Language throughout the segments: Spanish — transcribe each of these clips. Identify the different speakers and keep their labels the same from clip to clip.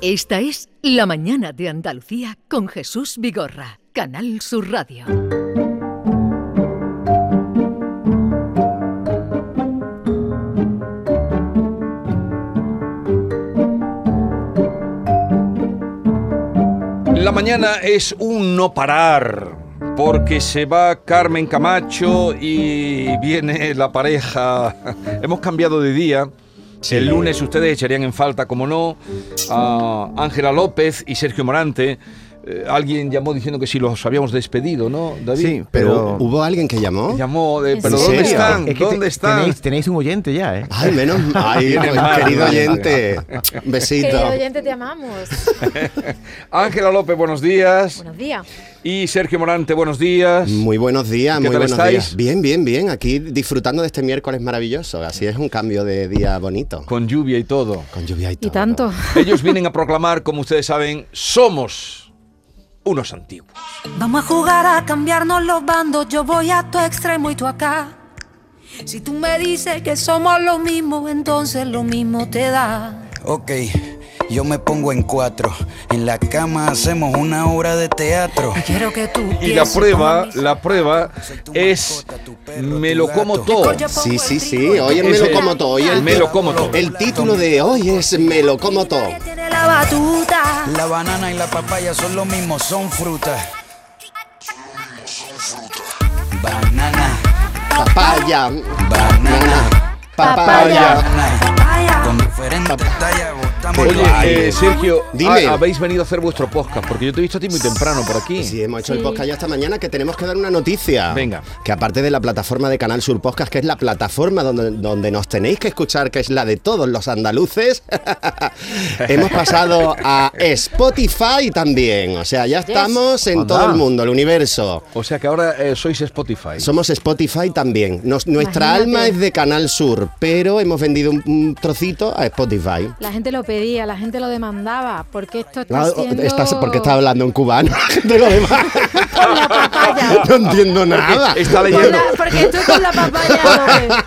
Speaker 1: Esta es La Mañana de Andalucía con Jesús Vigorra, Canal Sur Radio.
Speaker 2: La mañana es un no parar, porque se va Carmen Camacho y viene la pareja. Hemos cambiado de día. El lunes ustedes echarían en falta, como no, a Ángela López y Sergio Morante. Eh, alguien llamó diciendo que si los habíamos despedido, ¿no, David?
Speaker 3: Sí, pero
Speaker 4: Pero-
Speaker 3: hubo alguien que llamó.
Speaker 2: Llamó de,
Speaker 5: ¿En
Speaker 2: pero
Speaker 3: serio?
Speaker 2: ¿dónde están?
Speaker 4: Es que te-
Speaker 2: ¿Dónde están?
Speaker 4: Tenéis, tenéis un oyente ya, ¿eh?
Speaker 3: Ay, menos. Ay, querido oyente. Un
Speaker 5: Querido
Speaker 3: Besito.
Speaker 5: oyente, te amamos.
Speaker 2: Ángela López, buenos días.
Speaker 5: Buenos días.
Speaker 2: Y Sergio Morante, buenos días.
Speaker 3: Muy buenos días,
Speaker 2: ¿Qué
Speaker 3: muy
Speaker 2: tal
Speaker 3: buenos
Speaker 2: estáis?
Speaker 3: días. Bien, bien, bien. Aquí disfrutando de este miércoles maravilloso. Así es un cambio de día bonito.
Speaker 2: Con lluvia y todo.
Speaker 3: Con lluvia y todo.
Speaker 5: Y tanto.
Speaker 2: Ellos vienen a proclamar, como ustedes saben, somos unos antiguos.
Speaker 6: Vamos a jugar a cambiarnos los bandos, yo voy a tu extremo y tú acá. Si tú me dices que somos lo mismo, entonces lo mismo te da.
Speaker 7: Ok, yo me pongo en cuatro. En la cama hacemos una obra de teatro.
Speaker 6: Quiero que tú
Speaker 2: Y la
Speaker 6: pienses
Speaker 2: prueba,
Speaker 6: como a mí.
Speaker 2: la prueba es me lo como todo.
Speaker 6: Yo pongo
Speaker 3: Sí,
Speaker 6: el
Speaker 3: sí, sí.
Speaker 6: trigo y
Speaker 3: Hoy
Speaker 6: tú
Speaker 3: en Me
Speaker 2: Ese-
Speaker 3: lo como todo. Hoy el,
Speaker 2: Me lo como todo.
Speaker 3: el título de hoy es Me lo como todo.
Speaker 6: Nadie tiene la batuta.
Speaker 7: La banana y la papaya son lo mismo, son frutas. Banana,
Speaker 3: Papaya.
Speaker 7: banana,
Speaker 3: Papaya.
Speaker 7: banana. Con
Speaker 6: Vaya,
Speaker 7: diferentes tallas botamos
Speaker 2: Oye,
Speaker 7: los
Speaker 2: eh, Sergio,
Speaker 3: Dime.
Speaker 2: ha- habéis venido a hacer vuestro podcast, porque yo te he visto a ti muy temprano por aquí.
Speaker 3: Sí, hemos hecho el podcast ya esta mañana que tenemos que dar una noticia.
Speaker 2: Venga.
Speaker 3: Que aparte de la plataforma de Canal Sur Podcast, que es la plataforma donde, donde nos tenéis que escuchar, que es la de todos los andaluces, hemos pasado a Spotify también. O sea, ya estamos en
Speaker 2: Anda.
Speaker 3: todo el mundo, el universo.
Speaker 2: O sea que ahora eh, sois Spotify.
Speaker 3: Somos Spotify también. Nos- nuestra
Speaker 5: Imagínate.
Speaker 3: alma es de Canal Sur, pero hemos vendido un, un trocito a Spotify.
Speaker 5: La gente lo pedía, la gente lo demandaba, porque esto está
Speaker 3: Ah,
Speaker 5: Pues siendo...
Speaker 3: estás- porque estás hablando en cubano de lo demás.
Speaker 5: Con la papaya.
Speaker 3: No entiendo nada.
Speaker 2: Está
Speaker 5: Con
Speaker 2: leyendo,
Speaker 5: la- porque estoy con la papaya, López.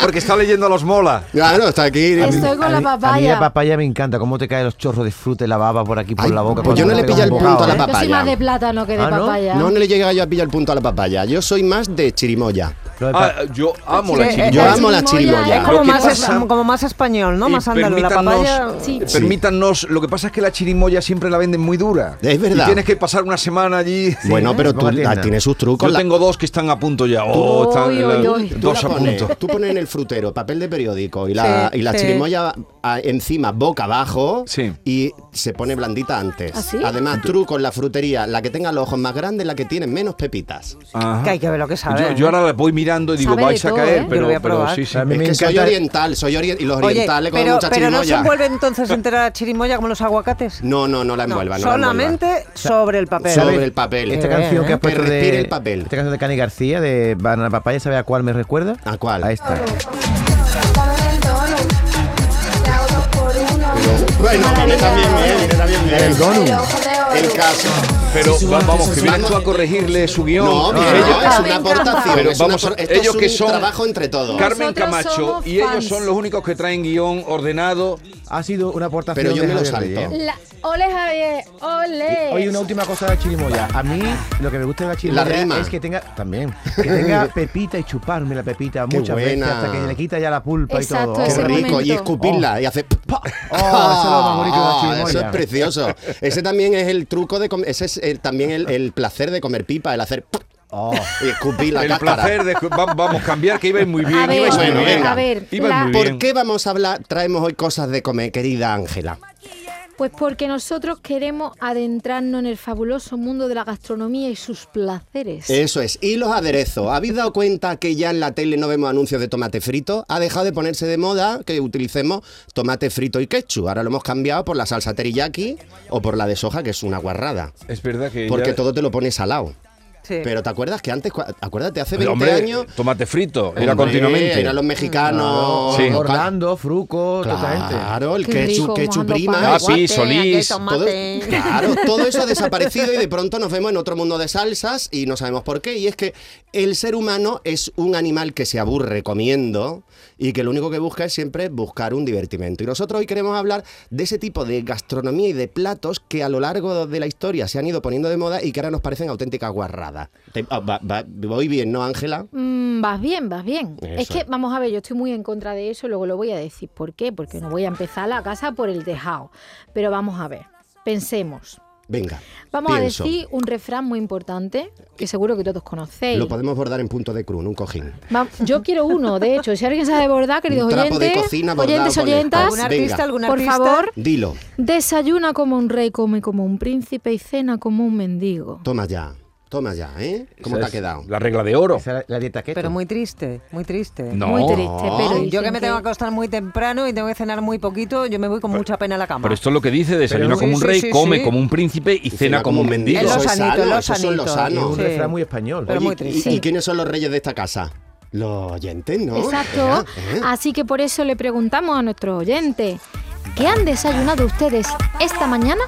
Speaker 2: porque está leyendo a los mola.
Speaker 3: Claro, está aquí.
Speaker 5: Estoy
Speaker 4: A
Speaker 5: con
Speaker 4: mí-
Speaker 5: la
Speaker 4: A mí
Speaker 5: papaya.
Speaker 4: la papaya me encanta, cómo te caen los chorros de fruta y la baba por aquí, por
Speaker 3: Ay,
Speaker 4: la boca.
Speaker 3: pues yo
Speaker 4: cuando
Speaker 3: no
Speaker 4: te
Speaker 3: le
Speaker 4: pegas
Speaker 3: pilla el
Speaker 4: un
Speaker 3: punto a la
Speaker 4: bocado, ¿eh?
Speaker 5: Yo soy
Speaker 3: papaya.
Speaker 5: más de plátano que de
Speaker 4: Ah, ¿no?
Speaker 5: papaya.
Speaker 3: No, no le llega yo a pillar el punto a la papaya. Yo soy más de chirimoya.
Speaker 4: Lo de pa-
Speaker 2: Ah, yo amo la
Speaker 8: Sí,
Speaker 2: chirimoya.
Speaker 3: Yo
Speaker 8: La
Speaker 3: amo la
Speaker 5: chirimoya
Speaker 3: chirimoya.
Speaker 8: Es como
Speaker 2: Lo que
Speaker 8: más,
Speaker 2: pasa-
Speaker 8: como- como más español, ¿no?
Speaker 2: Y
Speaker 8: Más andaluz. La
Speaker 2: permítanos-
Speaker 8: papaya.
Speaker 5: Sí.
Speaker 2: Sí. Permítanos, lo que pasa es que la chirimoya siempre la venden muy dura.
Speaker 3: Es verdad.
Speaker 2: Y tienes que pasar una semana allí.
Speaker 3: bueno, pero tú
Speaker 4: Ponga tienda.
Speaker 3: ah, tienes sus trucos.
Speaker 2: Yo
Speaker 3: la-
Speaker 2: tengo dos que están a punto ya. Oh,
Speaker 5: Uy,
Speaker 2: están
Speaker 5: uy,
Speaker 2: la-
Speaker 5: uy.
Speaker 3: tú
Speaker 2: dos
Speaker 3: la
Speaker 2: a
Speaker 3: pones,
Speaker 2: punto.
Speaker 3: Tú pones en el frutero papel de periódico y la,
Speaker 8: Sí,
Speaker 3: y la
Speaker 8: sí.
Speaker 3: chirimoya ah, encima, boca abajo,
Speaker 2: Sí.
Speaker 3: y se pone blandita antes.
Speaker 5: ¿Ah, sí?
Speaker 3: Además, truco en la frutería, la que tenga los ojos más grandes, la que tiene menos pepitas.
Speaker 2: Ajá.
Speaker 8: Que hay que ver lo que sabe.
Speaker 2: Yo, yo ahora la voy mirando y digo,
Speaker 5: Sabe de
Speaker 2: vais a
Speaker 5: todo,
Speaker 2: caer,
Speaker 5: ¿eh?
Speaker 2: pero,
Speaker 8: Yo lo voy a
Speaker 2: pero
Speaker 8: probar.
Speaker 2: sí, sí.
Speaker 4: A mí
Speaker 3: es
Speaker 4: me
Speaker 3: que soy
Speaker 4: encanta-
Speaker 3: oriental, soy orien- y los
Speaker 8: Oye,
Speaker 3: orientales comen
Speaker 8: pero,
Speaker 3: mucha
Speaker 8: pero no se
Speaker 3: chirimoya.
Speaker 8: envuelve entonces entera la chirimoya como los aguacates.
Speaker 3: no, no, no la envuelva. no la envuelva.
Speaker 8: Solamente sobre el papel.
Speaker 3: sobre el papel.
Speaker 4: Esta
Speaker 8: Qué
Speaker 4: canción
Speaker 8: bien,
Speaker 4: que
Speaker 8: ¿eh?
Speaker 4: has puesto
Speaker 3: Que respire
Speaker 4: de,
Speaker 3: el papel.
Speaker 4: Esta canción de Cani García de Banana Papaya, ¿sabes a cuál me recuerda?
Speaker 3: ¿A cuál?
Speaker 4: A esta.
Speaker 3: Bueno, viene también bien, viene también bien. El El caso.
Speaker 2: Pero va- vamos, que vienes tú a corregirle su guión.
Speaker 3: No,
Speaker 2: Ah,
Speaker 3: bien,
Speaker 2: ellos-
Speaker 3: no, es
Speaker 5: Me
Speaker 3: una
Speaker 5: encanta.
Speaker 3: aportación.
Speaker 2: Pero
Speaker 3: es una
Speaker 2: vamos,
Speaker 3: por-
Speaker 2: a-
Speaker 3: esto
Speaker 2: ellos
Speaker 3: es
Speaker 2: que
Speaker 3: un
Speaker 2: son
Speaker 3: trabajo entre todos.
Speaker 2: Carmen
Speaker 5: Nosotros
Speaker 2: Camacho
Speaker 5: somos
Speaker 2: y ellos
Speaker 5: fans.
Speaker 2: son los únicos que traen guión ordenado.
Speaker 4: Ha sido una aportación
Speaker 3: Pero yo
Speaker 4: de
Speaker 3: me lo
Speaker 4: Javier
Speaker 3: salto.
Speaker 4: Reyes.
Speaker 5: La- Ole, Javier, ole.
Speaker 4: Oye, una última cosa de la chirimoya. A mí lo que me gusta de la chirimoya
Speaker 3: La rima.
Speaker 4: es que tenga también que tenga pepita y chuparme la pepita
Speaker 3: Qué
Speaker 4: muchas veces
Speaker 3: buena.
Speaker 4: hasta que le quita ya la pulpa
Speaker 5: Exacto,
Speaker 4: y todo.
Speaker 3: Qué
Speaker 5: ese
Speaker 3: rico. Y
Speaker 5: momento.
Speaker 3: escupirla y hace. ¡pa!
Speaker 4: Oh, eso es lo más bonito de la
Speaker 3: Ah,
Speaker 4: chirimoya.
Speaker 3: Eso es precioso. Ese también es el truco de. com- Ese es el- también el, el placer de comer pipa, el hacer. ¡pa!
Speaker 4: Oh.
Speaker 3: Y escupir la
Speaker 2: el
Speaker 3: cáscara.
Speaker 2: placer de. va- Vamos, cambiar, que ibais muy bien.
Speaker 5: A ver,
Speaker 2: ibais muy
Speaker 3: bueno,
Speaker 2: bien.
Speaker 3: venga.
Speaker 5: a ver,
Speaker 2: Ibais
Speaker 5: la-
Speaker 2: muy bien.
Speaker 3: ¿Por qué vamos a hablar? Traemos hoy cosas de comer, querida Ángela.
Speaker 5: Pues porque nosotros queremos adentrarnos en el fabuloso mundo de la gastronomía y sus placeres.
Speaker 3: Eso es. Y los aderezos. ¿Habéis dado cuenta que ya en la tele no vemos anuncios de tomate frito? Ha dejado de ponerse de moda que utilicemos tomate frito y ketchup. Ahora lo hemos cambiado por la salsa teriyaki o por la de soja, que es una guarrada.
Speaker 2: Es verdad que.
Speaker 3: Porque
Speaker 2: ya-
Speaker 3: todo te lo pones salado.
Speaker 8: Sí.
Speaker 3: Pero ¿te acuerdas que antes, cua- acuérdate, hace
Speaker 2: Pero,
Speaker 3: 20
Speaker 2: hombre,
Speaker 3: años...
Speaker 2: tomate frito, era
Speaker 3: Hombre,
Speaker 2: continuamente. Ah,
Speaker 3: Eran los mexicanos...
Speaker 2: Sí.
Speaker 3: los ca-
Speaker 4: Orlando, Fruco, toda esta gente.
Speaker 3: Claro, el
Speaker 5: Qué
Speaker 3: que
Speaker 5: rico, mojando
Speaker 3: prima...
Speaker 5: pan.
Speaker 2: Gapi, Solís,
Speaker 3: Todo, claro, todo eso ha desaparecido y de pronto nos vemos en otro mundo de salsas y no sabemos por qué. Y es que el ser humano es un animal que se aburre comiendo y que lo único que busca es siempre buscar un divertimento. Y nosotros hoy queremos hablar de ese tipo de gastronomía y de platos que a lo largo de la historia se han ido poniendo de moda y que ahora nos parecen auténticas guarradas. Te- ah, va- va- voy bien, ¿no, Ángela?
Speaker 5: Mm, vas bien, vas bien. Es
Speaker 3: Eso
Speaker 5: que,
Speaker 3: es.
Speaker 5: vamos a ver, yo estoy muy en contra de eso, luego lo voy a decir. ¿Por qué? Porque no voy a empezar la casa por el tejado. Pero vamos a ver, pensemos.
Speaker 3: Venga.
Speaker 5: Vamos
Speaker 3: pienso.
Speaker 5: a decir un refrán muy importante que seguro que todos conocéis.
Speaker 3: Lo podemos bordar en punto de cruz, en un cojín.
Speaker 5: Va- yo quiero uno, de hecho. Si alguien sabe bordar, queridos
Speaker 3: Un trapo de
Speaker 5: oyentes,
Speaker 3: cocina bordado
Speaker 5: oyentes,
Speaker 3: con el
Speaker 5: oyentas,
Speaker 8: ¿Algún artista,
Speaker 3: Venga.
Speaker 8: algún
Speaker 5: por
Speaker 8: artista?
Speaker 5: favor,
Speaker 3: Dilo,
Speaker 5: desayuna como un rey, come como un príncipe y cena como un mendigo.
Speaker 3: toma ya, toma ya, ¿eh? ¿Cómo
Speaker 2: Esa
Speaker 3: te ha
Speaker 2: es
Speaker 3: quedado?
Speaker 2: La regla de oro.
Speaker 4: Esa es la dieta keto.
Speaker 8: Pero muy triste, muy triste.
Speaker 2: No.
Speaker 5: Muy triste, pero
Speaker 8: Sí, yo
Speaker 5: dicen
Speaker 8: que me tengo que acostar muy temprano y tengo que cenar muy poquito, yo me voy con mucha pena a la cama.
Speaker 2: Pero esto es lo que dice, desayuna
Speaker 8: Pero-
Speaker 2: como un
Speaker 8: Sí, sí,
Speaker 2: rey,
Speaker 8: sí,
Speaker 2: come
Speaker 8: sí.
Speaker 2: como un príncipe y cena como un mendigo.
Speaker 8: mendigo.
Speaker 3: Eso
Speaker 8: Es lo
Speaker 3: es
Speaker 8: sanito,
Speaker 3: sano,
Speaker 8: lo
Speaker 3: eso son los
Speaker 8: sanito.
Speaker 4: es
Speaker 3: sanos.
Speaker 4: un
Speaker 8: Sí.
Speaker 4: refrán muy español.
Speaker 8: Pero
Speaker 3: Oye,
Speaker 8: muy
Speaker 3: ¿y-
Speaker 8: triste.
Speaker 3: ¿y, quiénes son los reyes de esta casa? Los oyentes, ¿no?
Speaker 5: Exacto. Ah.
Speaker 3: Eh, eh.
Speaker 5: Así que por eso le preguntamos a nuestros oyentes, ¿qué han desayunado ustedes esta mañana?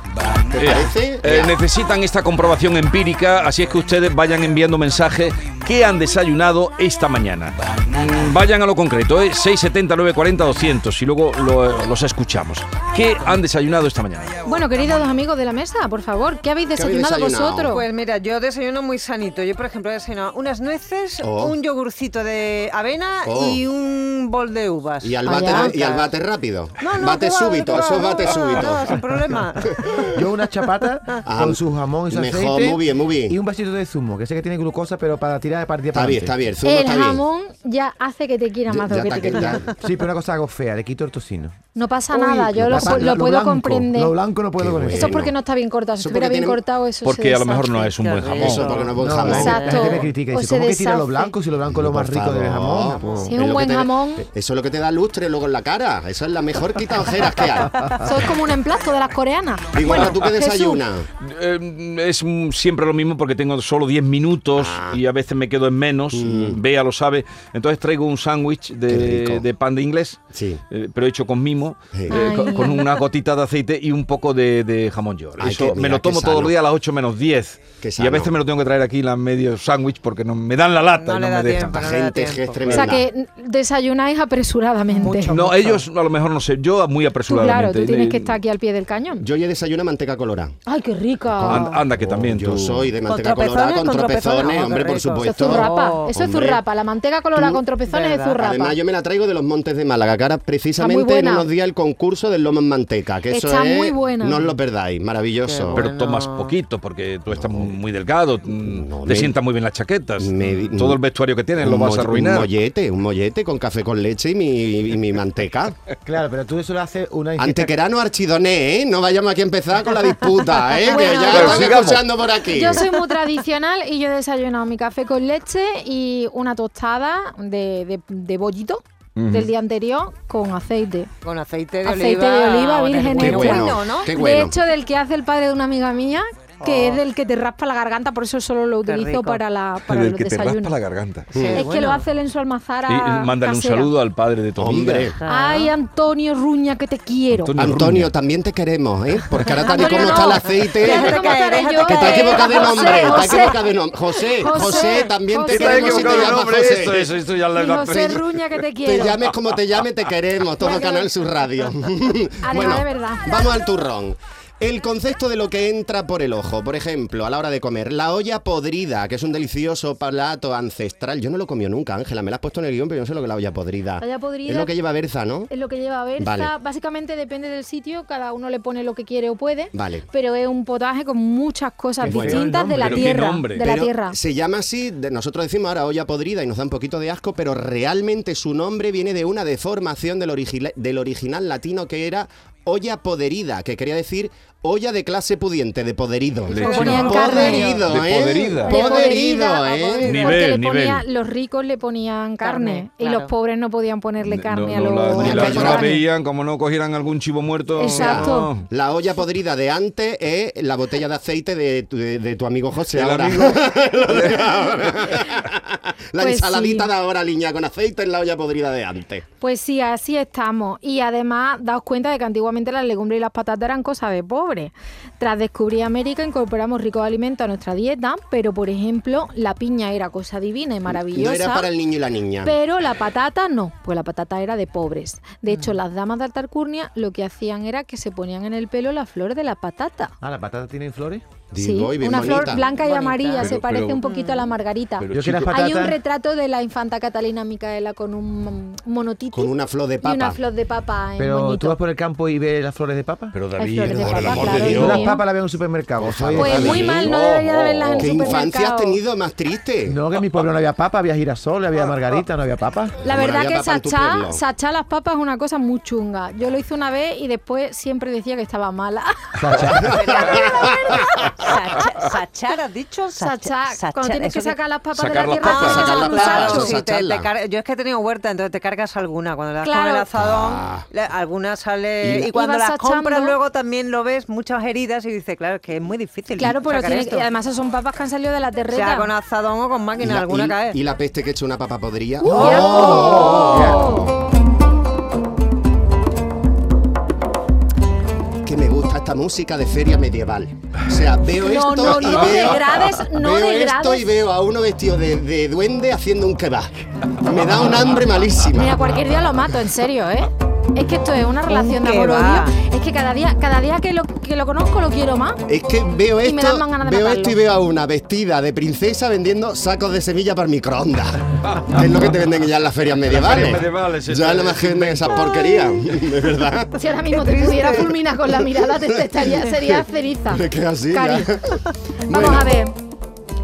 Speaker 3: ¿Te
Speaker 2: Eh,
Speaker 3: parece?
Speaker 2: eh, necesitan esta comprobación empírica, así es que ustedes vayan enviando mensajes que han desayunado esta mañana. Mm, Vayan a lo concreto, ¿eh? 670 940 200 y luego lo- los escuchamos. ¿Qué han desayunado esta mañana?
Speaker 5: Bueno, queridos amigos de la mesa, por favor, ¿qué habéis
Speaker 3: habéis
Speaker 5: desayunado,
Speaker 3: desayunado?
Speaker 5: vosotros?
Speaker 8: Pues mira, yo desayuno muy sanito. Yo, por ejemplo, he desayunado unas nueces,
Speaker 3: Oh.
Speaker 8: un yogurcito de avena
Speaker 3: Oh.
Speaker 8: y un bol de uvas.
Speaker 3: Y al,
Speaker 5: Vaya.
Speaker 3: bate, y al bate rápido.
Speaker 8: No, no,
Speaker 3: bate
Speaker 8: que va,
Speaker 3: súbito,
Speaker 8: que va,
Speaker 3: eso es bate
Speaker 8: no,
Speaker 3: súbito.
Speaker 8: No, sin problema.
Speaker 4: Yo una chapata
Speaker 3: Ah,
Speaker 4: con su jamón y su
Speaker 3: mejor,
Speaker 4: aceite.
Speaker 3: muy bien, muy bien.
Speaker 4: Y un vasito de zumo, que sé que tiene glucosa, pero para tirar de partida
Speaker 3: Está
Speaker 4: para
Speaker 3: bien,
Speaker 4: adelante.
Speaker 3: está bien, el zumo
Speaker 5: El
Speaker 3: está bien.
Speaker 5: jamón ya hace que te quiera
Speaker 3: Ya-
Speaker 5: más de
Speaker 3: ya
Speaker 5: lo que
Speaker 3: está
Speaker 5: te
Speaker 3: que-
Speaker 5: quería.
Speaker 3: ya-
Speaker 4: Sí, pero una cosa hago fea, le quito el tocino.
Speaker 5: No pasa
Speaker 4: Uy,
Speaker 5: nada, yo lo,
Speaker 4: la pa-
Speaker 5: lo puedo
Speaker 4: blanco,
Speaker 5: comprender.
Speaker 4: Lo blanco no puedo
Speaker 3: Qué
Speaker 4: con
Speaker 3: bueno.
Speaker 5: Eso es
Speaker 4: eso.
Speaker 5: porque no está bien cortado. Si
Speaker 3: Eso
Speaker 5: estuviera
Speaker 3: porque
Speaker 5: bien
Speaker 3: tiene-
Speaker 5: cortado, eso se
Speaker 2: Porque a lo mejor no
Speaker 5: deshace.
Speaker 2: es un buen jamón.
Speaker 3: Eso, porque no es buen jamón.
Speaker 4: La gente me
Speaker 5: Exacto.
Speaker 4: critica y
Speaker 5: O
Speaker 4: dice,
Speaker 5: se
Speaker 4: ¿cómo que tira lo
Speaker 5: deshace.
Speaker 4: blanco si lo blanco es lo
Speaker 3: Por
Speaker 4: más rico del
Speaker 3: favor.
Speaker 4: jamón? po?
Speaker 5: Sí, un
Speaker 3: Es lo que
Speaker 5: buen
Speaker 3: te-
Speaker 5: jamón.
Speaker 3: Eso es lo que te da lustre luego en la cara. Eso es la mejor quita ojeras que hay.
Speaker 5: Sois como un emplasto de las coreanas.
Speaker 3: Digo, ahora tú que
Speaker 5: Jesús,
Speaker 3: desayunas.
Speaker 2: Eh, es mm, siempre lo mismo porque tengo solo 10 minutos
Speaker 3: Ah.
Speaker 2: y a veces me quedo en menos. Bea lo sabe. Entonces traigo un sándwich
Speaker 3: Mm. Qué
Speaker 2: de,
Speaker 3: rico.
Speaker 2: de pan de inglés,
Speaker 3: Sí.
Speaker 2: eh, pero hecho con mimo,
Speaker 3: Sí.
Speaker 2: eh,
Speaker 5: Ay.
Speaker 2: con, con una gotita de aceite y un poco de, de jamón york.
Speaker 3: Ay,
Speaker 2: Eso
Speaker 3: qué-
Speaker 2: me
Speaker 3: mira,
Speaker 2: lo
Speaker 3: qué
Speaker 2: tomo todos
Speaker 3: sano.
Speaker 2: los días a las 8 menos 10.
Speaker 3: Qué
Speaker 2: Y a
Speaker 3: sano.
Speaker 2: veces me lo tengo que traer aquí la medio sándwich porque no, me dan la lata
Speaker 8: No
Speaker 2: y
Speaker 8: le
Speaker 2: no me
Speaker 8: da
Speaker 2: dejan.
Speaker 8: tiempo, no le da
Speaker 3: Gente que es
Speaker 8: tiempo.
Speaker 5: O
Speaker 3: tremenda.
Speaker 5: sea que desayunáis apresuradamente.
Speaker 8: Mucho.
Speaker 2: No, ellos a lo mejor no sé. Yo muy
Speaker 5: Tú, claro,
Speaker 2: apresuradamente. eh,
Speaker 5: tú tienes
Speaker 2: Le-
Speaker 5: que estar aquí al pie del cañón.
Speaker 3: Yo ya desayuno manteca colorada.
Speaker 5: ¡Ay, qué rica!
Speaker 2: An- Anda, que también
Speaker 3: Oh, Yo
Speaker 2: tú-
Speaker 3: soy de
Speaker 8: ¿Con
Speaker 3: manteca colorada
Speaker 8: tropezones?
Speaker 3: con
Speaker 8: ¿Con tropezones?
Speaker 3: tropezones,
Speaker 8: Ah,
Speaker 3: hombre,
Speaker 8: qué
Speaker 3: por
Speaker 8: rico.
Speaker 5: Eso es
Speaker 3: supuesto.
Speaker 5: zurrapa,
Speaker 8: Oh,
Speaker 5: eso es
Speaker 3: hombre.
Speaker 5: zurrapa. La manteca colorada con tropezones es
Speaker 8: verdad.
Speaker 5: zurrapa.
Speaker 3: Además, yo me la traigo de los Montes de Málaga, que ahora precisamente en
Speaker 5: buena.
Speaker 3: unos días el concurso del lomo en manteca. Que eso
Speaker 5: Está
Speaker 3: es,
Speaker 5: muy buena.
Speaker 3: No os lo perdáis, maravilloso.
Speaker 2: Pero
Speaker 8: Bueno.
Speaker 2: tomas poquito porque tú estás muy delgado, mm,
Speaker 3: No,
Speaker 2: te
Speaker 3: me-
Speaker 2: sientas muy bien las chaquetas,
Speaker 3: me-
Speaker 2: todo el vestuario que tienes
Speaker 3: Un
Speaker 2: lo vas
Speaker 3: molle-
Speaker 2: a
Speaker 3: Un
Speaker 2: arruinar.
Speaker 3: mollete, un mollete con café con leche y mi, y mi manteca.
Speaker 4: Pues, Claro, pero tú eso lo haces una ingesta-
Speaker 3: Antequerano archidoné, ¿eh? No vayamos aquí a empezar con la disputa, ¿eh? que
Speaker 5: Bueno,
Speaker 3: ya
Speaker 5: Pero
Speaker 3: están
Speaker 2: sigamos.
Speaker 3: escuchando por aquí.
Speaker 5: Yo soy muy tradicional y yo he desayunado mi café con leche y una tostada de, de- de bollito del día anterior con aceite.
Speaker 8: Con aceite de
Speaker 5: Aceite
Speaker 8: oliva.
Speaker 5: de oliva
Speaker 8: o de
Speaker 5: virgen
Speaker 3: Qué
Speaker 8: bueno,
Speaker 5: extra.
Speaker 3: bueno,
Speaker 8: bueno, ¿no?
Speaker 3: qué bueno.
Speaker 5: De hecho, del que hace el padre de una amiga mía, que es del que te raspa la garganta, por eso solo lo
Speaker 8: Qué
Speaker 5: utilizo
Speaker 8: rico.
Speaker 5: para, la, para los desayunos.
Speaker 2: garganta.
Speaker 8: Sí,
Speaker 5: Es que
Speaker 8: bueno.
Speaker 5: lo hace él en su almazara
Speaker 2: Y eh, mándale un
Speaker 5: casera.
Speaker 2: saludo al padre de tu amiga.
Speaker 3: Hombre,
Speaker 5: Ay, Antonio Ruña, que te quiero.
Speaker 2: Antonio
Speaker 3: Antonio,
Speaker 2: Ruña.
Speaker 3: también te queremos, ¿eh? Porque ahora tal y
Speaker 5: Antonio,
Speaker 3: como
Speaker 5: Ah, no.
Speaker 3: está el aceite...
Speaker 5: Fíjate cómo
Speaker 8: caer,
Speaker 5: estaré
Speaker 8: déjate
Speaker 5: yo,
Speaker 3: Que está
Speaker 5: eh,
Speaker 3: equivocado de
Speaker 5: José,
Speaker 3: nombre, está
Speaker 5: José.
Speaker 3: equivocado de nombre. José,
Speaker 5: José,
Speaker 3: José, también
Speaker 5: José.
Speaker 3: te
Speaker 2: Está
Speaker 3: queremos si te
Speaker 2: equivocado el
Speaker 3: llamas
Speaker 2: nombre,
Speaker 3: José.
Speaker 2: esto, eso, esto ya la-
Speaker 5: Y
Speaker 2: la-
Speaker 5: José Ruña, que te quiero.
Speaker 3: Te llames como te llame, te queremos. Todo Canal Sur Radio.
Speaker 5: de verdad.
Speaker 3: Vamos al turrón. El concepto de lo que entra por el ojo, por ejemplo, a la hora de comer, la olla podrida, que es un delicioso plato ancestral. Yo no lo comí nunca, Ángela, me la has puesto en el guión, pero yo no sé lo que es la olla podrida.
Speaker 5: La olla podrida-
Speaker 3: Es lo que lleva berza, ¿no?
Speaker 5: Es lo que lleva a ver.
Speaker 3: Vale.
Speaker 5: Básicamente depende del sitio, cada uno le pone lo que quiere o puede.
Speaker 3: Vale.
Speaker 5: Pero es un potaje con muchas cosas
Speaker 3: Qué bueno.
Speaker 5: distintas de la
Speaker 2: Pero qué
Speaker 5: tierra.
Speaker 2: nombre.
Speaker 5: De la
Speaker 3: Pero
Speaker 5: tierra.
Speaker 3: Se llama así, de- nosotros decimos ahora olla podrida y nos da un poquito de asco, pero realmente su nombre viene de una deformación del, origila- del original latino que era olla poderida, que quería decir olla de clase pudiente, de poderido.
Speaker 2: Le
Speaker 5: Como
Speaker 2: echaron-
Speaker 5: ponían carne.
Speaker 3: Poderido,
Speaker 2: De
Speaker 3: ¿eh?
Speaker 2: poderida.
Speaker 5: De
Speaker 3: Poderido,
Speaker 5: podrida, a
Speaker 3: ¿eh?
Speaker 5: podrida.
Speaker 2: Nivel,
Speaker 5: Porque le
Speaker 2: nivel.
Speaker 5: ponían- los ricos le ponían carne,
Speaker 8: Carne,
Speaker 5: y
Speaker 8: claro.
Speaker 5: los pobres no podían ponerle carne
Speaker 2: no, no
Speaker 5: a los
Speaker 2: la, ni la,
Speaker 5: a los
Speaker 2: no la
Speaker 5: carne.
Speaker 2: veían, como no cogieran algún chivo muerto.
Speaker 5: Exacto.
Speaker 2: no.
Speaker 3: La olla podrida de antes es la botella de aceite de tu, de- de tu amigo José
Speaker 2: El
Speaker 3: ahora.
Speaker 2: amigo.
Speaker 3: Lo de ahora. la
Speaker 5: Pues
Speaker 3: ensaladita
Speaker 5: sí.
Speaker 3: de ahora, liña, con aceite es la olla podrida de antes.
Speaker 5: Pues sí, así estamos. Y además, daos cuenta de que antiguamente las legumbres y las patatas eran cosas de pobres. Tras descubrir América, incorporamos ricos alimentos a nuestra dieta, pero por ejemplo, la piña era cosa divina y maravillosa.
Speaker 3: No era para el niño y la niña.
Speaker 5: Pero la patata no, pues la patata era de pobres. De hecho, las damas de Altarcurnia lo que hacían era que se ponían en el pelo la flor de la patata.
Speaker 4: Ah, ¿la patata tiene flores?
Speaker 3: Digo, y
Speaker 5: sí,
Speaker 3: bien
Speaker 5: una
Speaker 3: bonita.
Speaker 5: flor blanca y
Speaker 8: Bonita.
Speaker 5: amarilla, se
Speaker 2: Pero-
Speaker 5: parece
Speaker 2: pero-
Speaker 5: un poquito a la margarita.
Speaker 2: Pero
Speaker 4: Yo que las
Speaker 2: chico-
Speaker 5: Hay un
Speaker 4: patatas...
Speaker 5: retrato de la infanta Catalina Micaela con un monotito
Speaker 3: Con una flor de
Speaker 5: y una
Speaker 3: papa.
Speaker 5: flor de papa en
Speaker 4: Pero
Speaker 5: moñito.
Speaker 4: tú vas por el campo y ves las flores de papa.
Speaker 2: Pero
Speaker 5: Hay
Speaker 2: David,
Speaker 5: flores de
Speaker 2: por el
Speaker 5: papa,
Speaker 2: amor de
Speaker 5: claro,
Speaker 2: Dios.
Speaker 4: Yo las
Speaker 5: Dios.
Speaker 4: papas las veo en un supermercado. soy-
Speaker 5: Pues
Speaker 3: Dale.
Speaker 5: muy mal, no
Speaker 2: Oh,
Speaker 5: debería de
Speaker 2: oh,
Speaker 5: verlas en el
Speaker 3: ¿Qué infancia
Speaker 5: supermercado.
Speaker 3: has tenido más triste?
Speaker 4: No, que en mi pueblo no había papa, había girasol, había margarita, no había papa.
Speaker 5: La
Speaker 3: Como
Speaker 5: verdad
Speaker 3: había
Speaker 5: que
Speaker 3: papa en tu
Speaker 5: sachá,
Speaker 3: pueblo.
Speaker 5: sachá las papas es una cosa muy chunga. Yo lo hice una vez y después siempre decía que estaba mala.
Speaker 4: Sacha.
Speaker 8: Sacha- Sachar, has dicho.
Speaker 5: Sachá,
Speaker 8: Sachar,
Speaker 5: cuando tienes
Speaker 8: eso Ah,
Speaker 5: que sacar las papas de
Speaker 2: Sacar
Speaker 5: la
Speaker 2: las
Speaker 5: tierra,
Speaker 2: papas,
Speaker 5: haces
Speaker 3: sacar las
Speaker 5: un
Speaker 3: papas,
Speaker 5: sacho.
Speaker 3: o
Speaker 8: Sí,
Speaker 3: sea,
Speaker 8: te- te
Speaker 3: sacharla.
Speaker 8: car- yo es que he tenido huerta, entonces te cargas alguna. Cuando las
Speaker 5: Claro.
Speaker 8: con el azadón,
Speaker 3: Ah.
Speaker 8: la- alguna
Speaker 3: Y
Speaker 8: sale. Y,
Speaker 3: la-
Speaker 8: cuando
Speaker 5: Ibas
Speaker 8: las compras
Speaker 5: achando.
Speaker 8: luego también lo ves, muchas heridas y dices, claro, es que es muy difícil.
Speaker 5: Claro, pero
Speaker 8: sacar
Speaker 5: tiene
Speaker 8: esto.
Speaker 5: que- además esas son papas que han salido de la
Speaker 8: O sea, con
Speaker 5: terreta.
Speaker 8: azadón o con
Speaker 3: ¿Y
Speaker 8: máquina,
Speaker 3: la,
Speaker 8: alguna
Speaker 3: y-
Speaker 8: cae.
Speaker 3: y la peste que echa una papa podría. oh, Que me gusta esta música de feria medieval. O sea, veo
Speaker 5: No,
Speaker 3: esto
Speaker 5: no,
Speaker 3: y
Speaker 5: no
Speaker 3: veo,
Speaker 5: degrades, no
Speaker 3: veo esto
Speaker 5: degrades.
Speaker 3: y veo a uno vestido de, de duende haciendo un kebab. Me da un hambre malísima.
Speaker 5: Mira, cualquier día lo mato, en serio, ¿eh? Es que esto es una relación de
Speaker 8: que
Speaker 5: amor-odio.
Speaker 8: va.
Speaker 5: Es que cada día, cada día que lo, que lo conozco lo quiero más.
Speaker 3: Es que veo
Speaker 5: Y
Speaker 3: esto,
Speaker 5: me dan más ganas de
Speaker 3: veo
Speaker 5: matarlo.
Speaker 3: esto y veo a una vestida de princesa vendiendo sacos de semilla para microondas. Que es lo que te venden ya en las ferias medievales.
Speaker 2: ferias medievales,
Speaker 3: ya
Speaker 2: ese-
Speaker 3: no más que venden esas porquerías, de verdad.
Speaker 5: Si ahora mismo te pudiera fulminar con la mirada, te, te estaría, sería ceriza.
Speaker 3: Es que es así, ya.
Speaker 5: Cari. Vamos
Speaker 3: Bueno.
Speaker 5: a ver.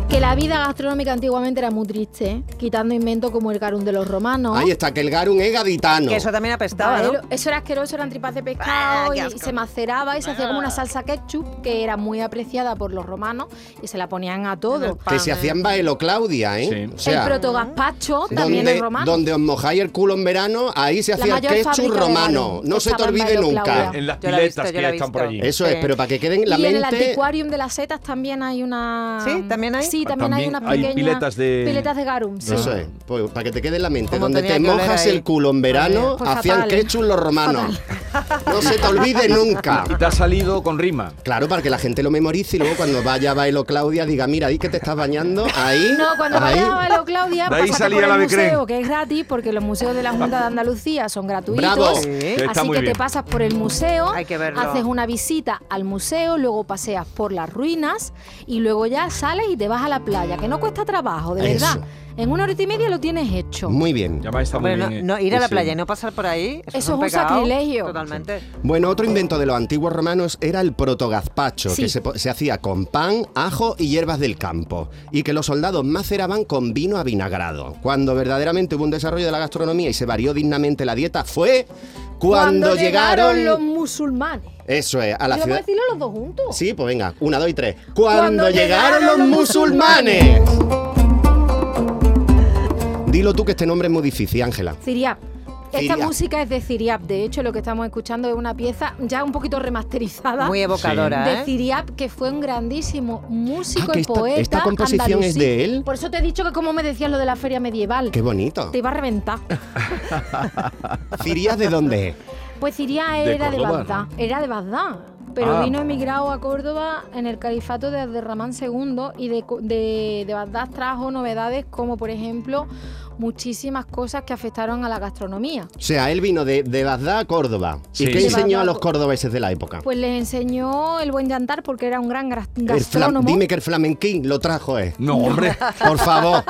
Speaker 5: Que la vida gastronómica antiguamente era muy triste, ¿eh? quitando inventos como el garum de los romanos.
Speaker 3: Ahí está, que el Garum es gaditano.
Speaker 8: Que eso también apestaba,
Speaker 5: Vale,
Speaker 8: ¿no?
Speaker 5: lo- Eso era asqueroso, eran tripas de pescado
Speaker 8: Ah, qué
Speaker 5: y- y
Speaker 8: asco.
Speaker 5: se maceraba y se hacía como una salsa ketchup que era muy apreciada por los romanos y se la ponían a todo.
Speaker 3: Que se hacían baelo Claudia, ¿eh?
Speaker 2: Sí.
Speaker 3: O
Speaker 5: ¿eh? el
Speaker 3: sea,
Speaker 5: protogaspacho también es
Speaker 3: donde,
Speaker 5: romano.
Speaker 3: donde os mojáis el culo en verano, ahí se
Speaker 5: La
Speaker 3: hacía
Speaker 5: mayor
Speaker 3: ketchup
Speaker 5: fábrica de
Speaker 3: romano.
Speaker 5: Garum
Speaker 3: No se te
Speaker 5: estaba en
Speaker 3: olvide
Speaker 5: Bailo
Speaker 3: nunca.
Speaker 5: Claudia.
Speaker 2: En las
Speaker 8: Yo la he
Speaker 2: piletas
Speaker 8: visto, yo
Speaker 2: que
Speaker 8: la he
Speaker 2: están por
Speaker 8: visto.
Speaker 2: allí.
Speaker 3: Eso es,
Speaker 8: Sí.
Speaker 3: pero para que queden en la
Speaker 5: y en el
Speaker 3: mente.
Speaker 5: anticuarium de las setas también hay una.
Speaker 8: Sí, también hay.
Speaker 5: Sí,
Speaker 2: Ah,
Speaker 5: también, hay
Speaker 2: también
Speaker 5: unas
Speaker 2: hay
Speaker 5: pequeñas.
Speaker 2: piletas de-
Speaker 5: Piletas de garum, sí.
Speaker 3: Eso es, pues, para que te quede en la mente.
Speaker 8: Cómo
Speaker 3: Donde
Speaker 8: tenía
Speaker 3: te
Speaker 8: que oler
Speaker 3: mojas
Speaker 8: ahí.
Speaker 3: el culo en verano,
Speaker 5: Pues
Speaker 3: hacían
Speaker 5: fatal.
Speaker 3: ketchup los romanos. No se te olvide nunca.
Speaker 2: Y te ha salido con rima.
Speaker 3: Claro, para que la gente lo memorice y luego cuando vaya a Bailo Claudia diga, mira, ahí que te estás bañando, ahí,
Speaker 5: No, cuando
Speaker 3: ahí.
Speaker 5: vayas a Bailo Claudia,
Speaker 2: De ahí
Speaker 5: pásate
Speaker 2: salía
Speaker 5: por
Speaker 2: la
Speaker 5: el
Speaker 2: Becrén.
Speaker 5: museo, que es gratis, porque los museos de la Junta de Andalucía son gratuitos.
Speaker 3: Bravo. Sí.
Speaker 2: Está
Speaker 5: Así
Speaker 2: muy
Speaker 5: que
Speaker 2: bien.
Speaker 5: te pasas por el museo,
Speaker 8: Hay que verlo.
Speaker 5: haces una visita al museo, luego paseas por las ruinas y luego ya sales y te vas a la playa, que no cuesta trabajo, de
Speaker 3: Eso.
Speaker 5: verdad. En una hora y media lo tienes hecho.
Speaker 3: Muy bien.
Speaker 2: Ya va, está muy
Speaker 8: Hombre, no,
Speaker 2: bien, eh.
Speaker 8: no, ir a la
Speaker 2: Ese-
Speaker 8: playa y no pasar por ahí.
Speaker 5: Eso
Speaker 8: Eso,
Speaker 5: es un
Speaker 8: pecado,
Speaker 5: sacrilegio.
Speaker 8: Totalmente.
Speaker 3: Bueno, otro invento de los antiguos romanos era el protogazpacho,
Speaker 5: Sí.
Speaker 3: que se, po- se hacía con pan, ajo y hierbas del campo, y que los soldados maceraban con vino avinagrado. Cuando verdaderamente hubo un desarrollo de la gastronomía y se varió dignamente la dieta fue cuando, llegaron...
Speaker 5: los musulmanes.
Speaker 3: Eso es, a la
Speaker 5: ¿Yo puedo
Speaker 3: ciudad...
Speaker 5: decirlo los dos juntos?
Speaker 3: Sí, pues venga, una, dos y tres. Cuando,
Speaker 5: Cuando
Speaker 3: llegaron,
Speaker 5: llegaron
Speaker 3: los
Speaker 5: los
Speaker 3: musulmanes. Dilo tú que este nombre es muy difícil, Ángela.
Speaker 5: Ciriap. Esta
Speaker 3: Ciriap.
Speaker 5: música es de Ciriap. De hecho, lo que estamos escuchando es una pieza ya un poquito remasterizada.
Speaker 8: Muy evocadora,
Speaker 5: de
Speaker 8: ¿eh?
Speaker 5: Ciriap, que fue un grandísimo músico
Speaker 3: Ah, que
Speaker 5: y
Speaker 3: esta-
Speaker 5: poeta.
Speaker 3: esta composición es
Speaker 5: andalusí.
Speaker 3: de él.
Speaker 5: Por eso te he dicho que, como me decías lo de la feria medieval,
Speaker 3: Qué bonito.
Speaker 5: te iba a reventar.
Speaker 3: ¿Cirías de dónde es?
Speaker 5: Pues Ciriap
Speaker 2: De
Speaker 5: era
Speaker 2: Córdoba,
Speaker 5: de Bagdad. Era de Bagdad. Pero
Speaker 2: Ah.
Speaker 5: vino emigrado a Córdoba en el califato de Abderramán II y de, co- de, de Bagdad trajo novedades como, por ejemplo, muchísimas cosas que afectaron a la gastronomía.
Speaker 3: O sea, él vino de, de Bagdad a Córdoba.
Speaker 2: Sí.
Speaker 3: ¿Y qué
Speaker 2: De
Speaker 3: enseñó
Speaker 5: Bagdad
Speaker 3: a
Speaker 5: a
Speaker 3: los
Speaker 5: Có-
Speaker 3: cordobeses de la época?
Speaker 5: Pues les enseñó el buen llantar porque era un gran gra-
Speaker 3: El fla-
Speaker 5: gastrónomo.
Speaker 3: dime que el flamenquín lo trajo él.
Speaker 2: No, hombre.
Speaker 3: Por favor.